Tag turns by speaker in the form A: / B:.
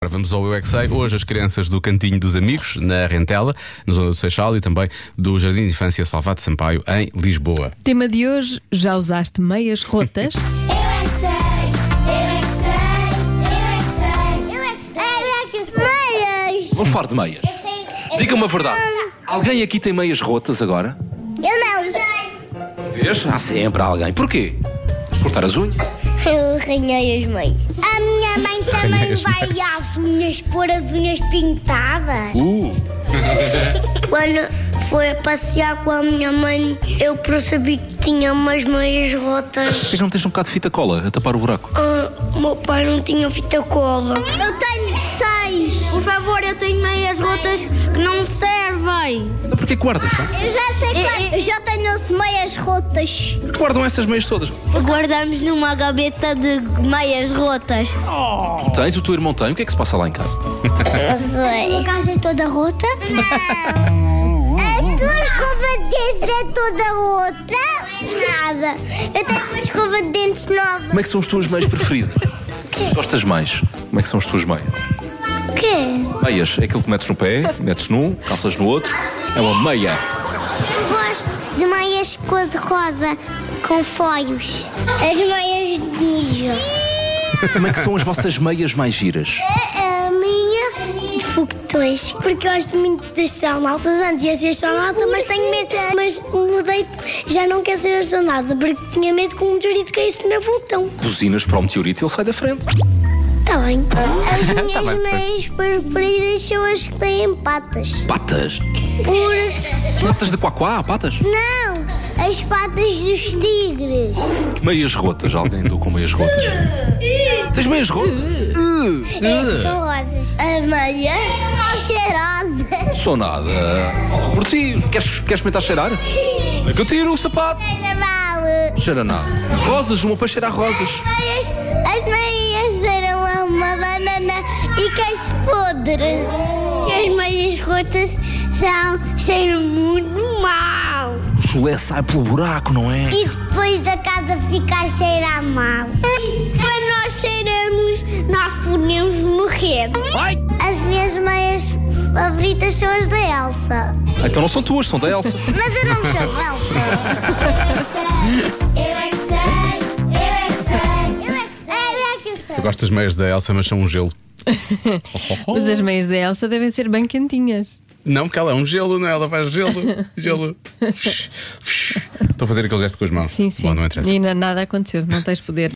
A: Ora, vamos ao Eu é que Sei. Hoje as crianças do Cantinho dos Amigos, na Rentela, na Zona do Seixal e também do Jardim de Infância Salvado Sampaio, em Lisboa.
B: Tema de hoje: já usaste meias rotas?
C: Eu é que sei, eu é que sei, eu é que sei, eu é que sei, eu é que sei, eu
D: Vamos falar de meias.
C: é que sei.
D: Diga-me a verdade. Alguém aqui tem meias rotas agora?
C: Eu não tenho.
D: Vês? Há sempre alguém. Porquê? Cortar as unhas?
C: Eu arranhei as meias. A minha mãe também vai às unhas pôr as unhas pintadas.
D: Uh!
C: Quando foi a passear com a minha mãe, eu percebi que tinha umas meias rotas.
D: Porquê que não tens um bocado de fita cola a tapar o buraco?
C: Ah, meu pai não tinha fita cola. Eu tenho seis. Por favor, eu tenho meias rotas que não servem.
D: Então porquê que guardas? não?
C: Eu já sei quantas. Eu já tenho meias rotas.
D: Porquê que guardam essas meias todas? Tu
C: Guardamos numa gaveta de meias rotas.
D: tens, o teu irmão tem. O que é que se passa lá em casa?
C: Eu sei. A É. casa é toda rota? Não. A tua escova de dentes é toda rota? é Nada. Eu tenho uma escova de dentes nova.
D: Como é que são as tuas meias preferidas? O que Gostas mais? Como é que são as tuas meias?
C: O quê?
D: Meias é aquilo que metes no pé, metes num, calças no outro. É uma meia.
C: Eu gosto de meias cor-de-rosa com folhos. As meias de ninja.
D: Como é que são as vossas meias mais giras?
C: A minha de foguetões. Porque gosto muito das astronautas. Antes ia ser astronauta, mas tenho medo. Mas mudei, já não quero ser astronauta. Porque tinha medo que um meteorito caísse no meu foguetão.
D: Cozinas para o meteorito e ele sai da frente.
C: Está bem. As minhas
D: bem.
C: meias preferidas são as que têm patas.
D: Patas.
C: Porque.
D: Patas de quaquá, patas.
C: Não! As patas dos tigres.
D: Meias rotas, alguém andou com meias rotas? Tens meias rotas?
C: É
D: Eh.
C: São rosas. A meia é mais cheirosa.
D: Sou nada. Fala Por ti, queres, queres experimentar cheirar? É que eu tiro o sapato.
C: eh?
D: Cheira nada. Rosas, uma para cheirar rosas.
C: meias, as meias eram lá uma banana e queijo podre. E as meias rotas são, cheiram muito mal.
D: O chulé sai pelo buraco, não é?
C: E depois a casa fica a cheirar mal. Quando nós cheiramos, nós podemos morrer.
D: Ai!
C: As minhas meias favoritas são as da Elsa.
D: Ah, Então não são tuas, são da Elsa.
C: Mas eu não me chamo Elsa. Eu é que sei, eu é que sei, eu é que sei, eu é que sei.
A: Eu gosto das meias da Elsa, mas são um gelo.
B: Mas é- as meias da Elsa devem ser bem quentinhas.
A: Não, porque ela é um gelo, não é? Ela faz gelo, gelo. Estou a fazer aquele gesto com as mãos.
B: Sim, sim.
A: Bom, não interessa.
B: E na- nada aconteceu, não tens poder.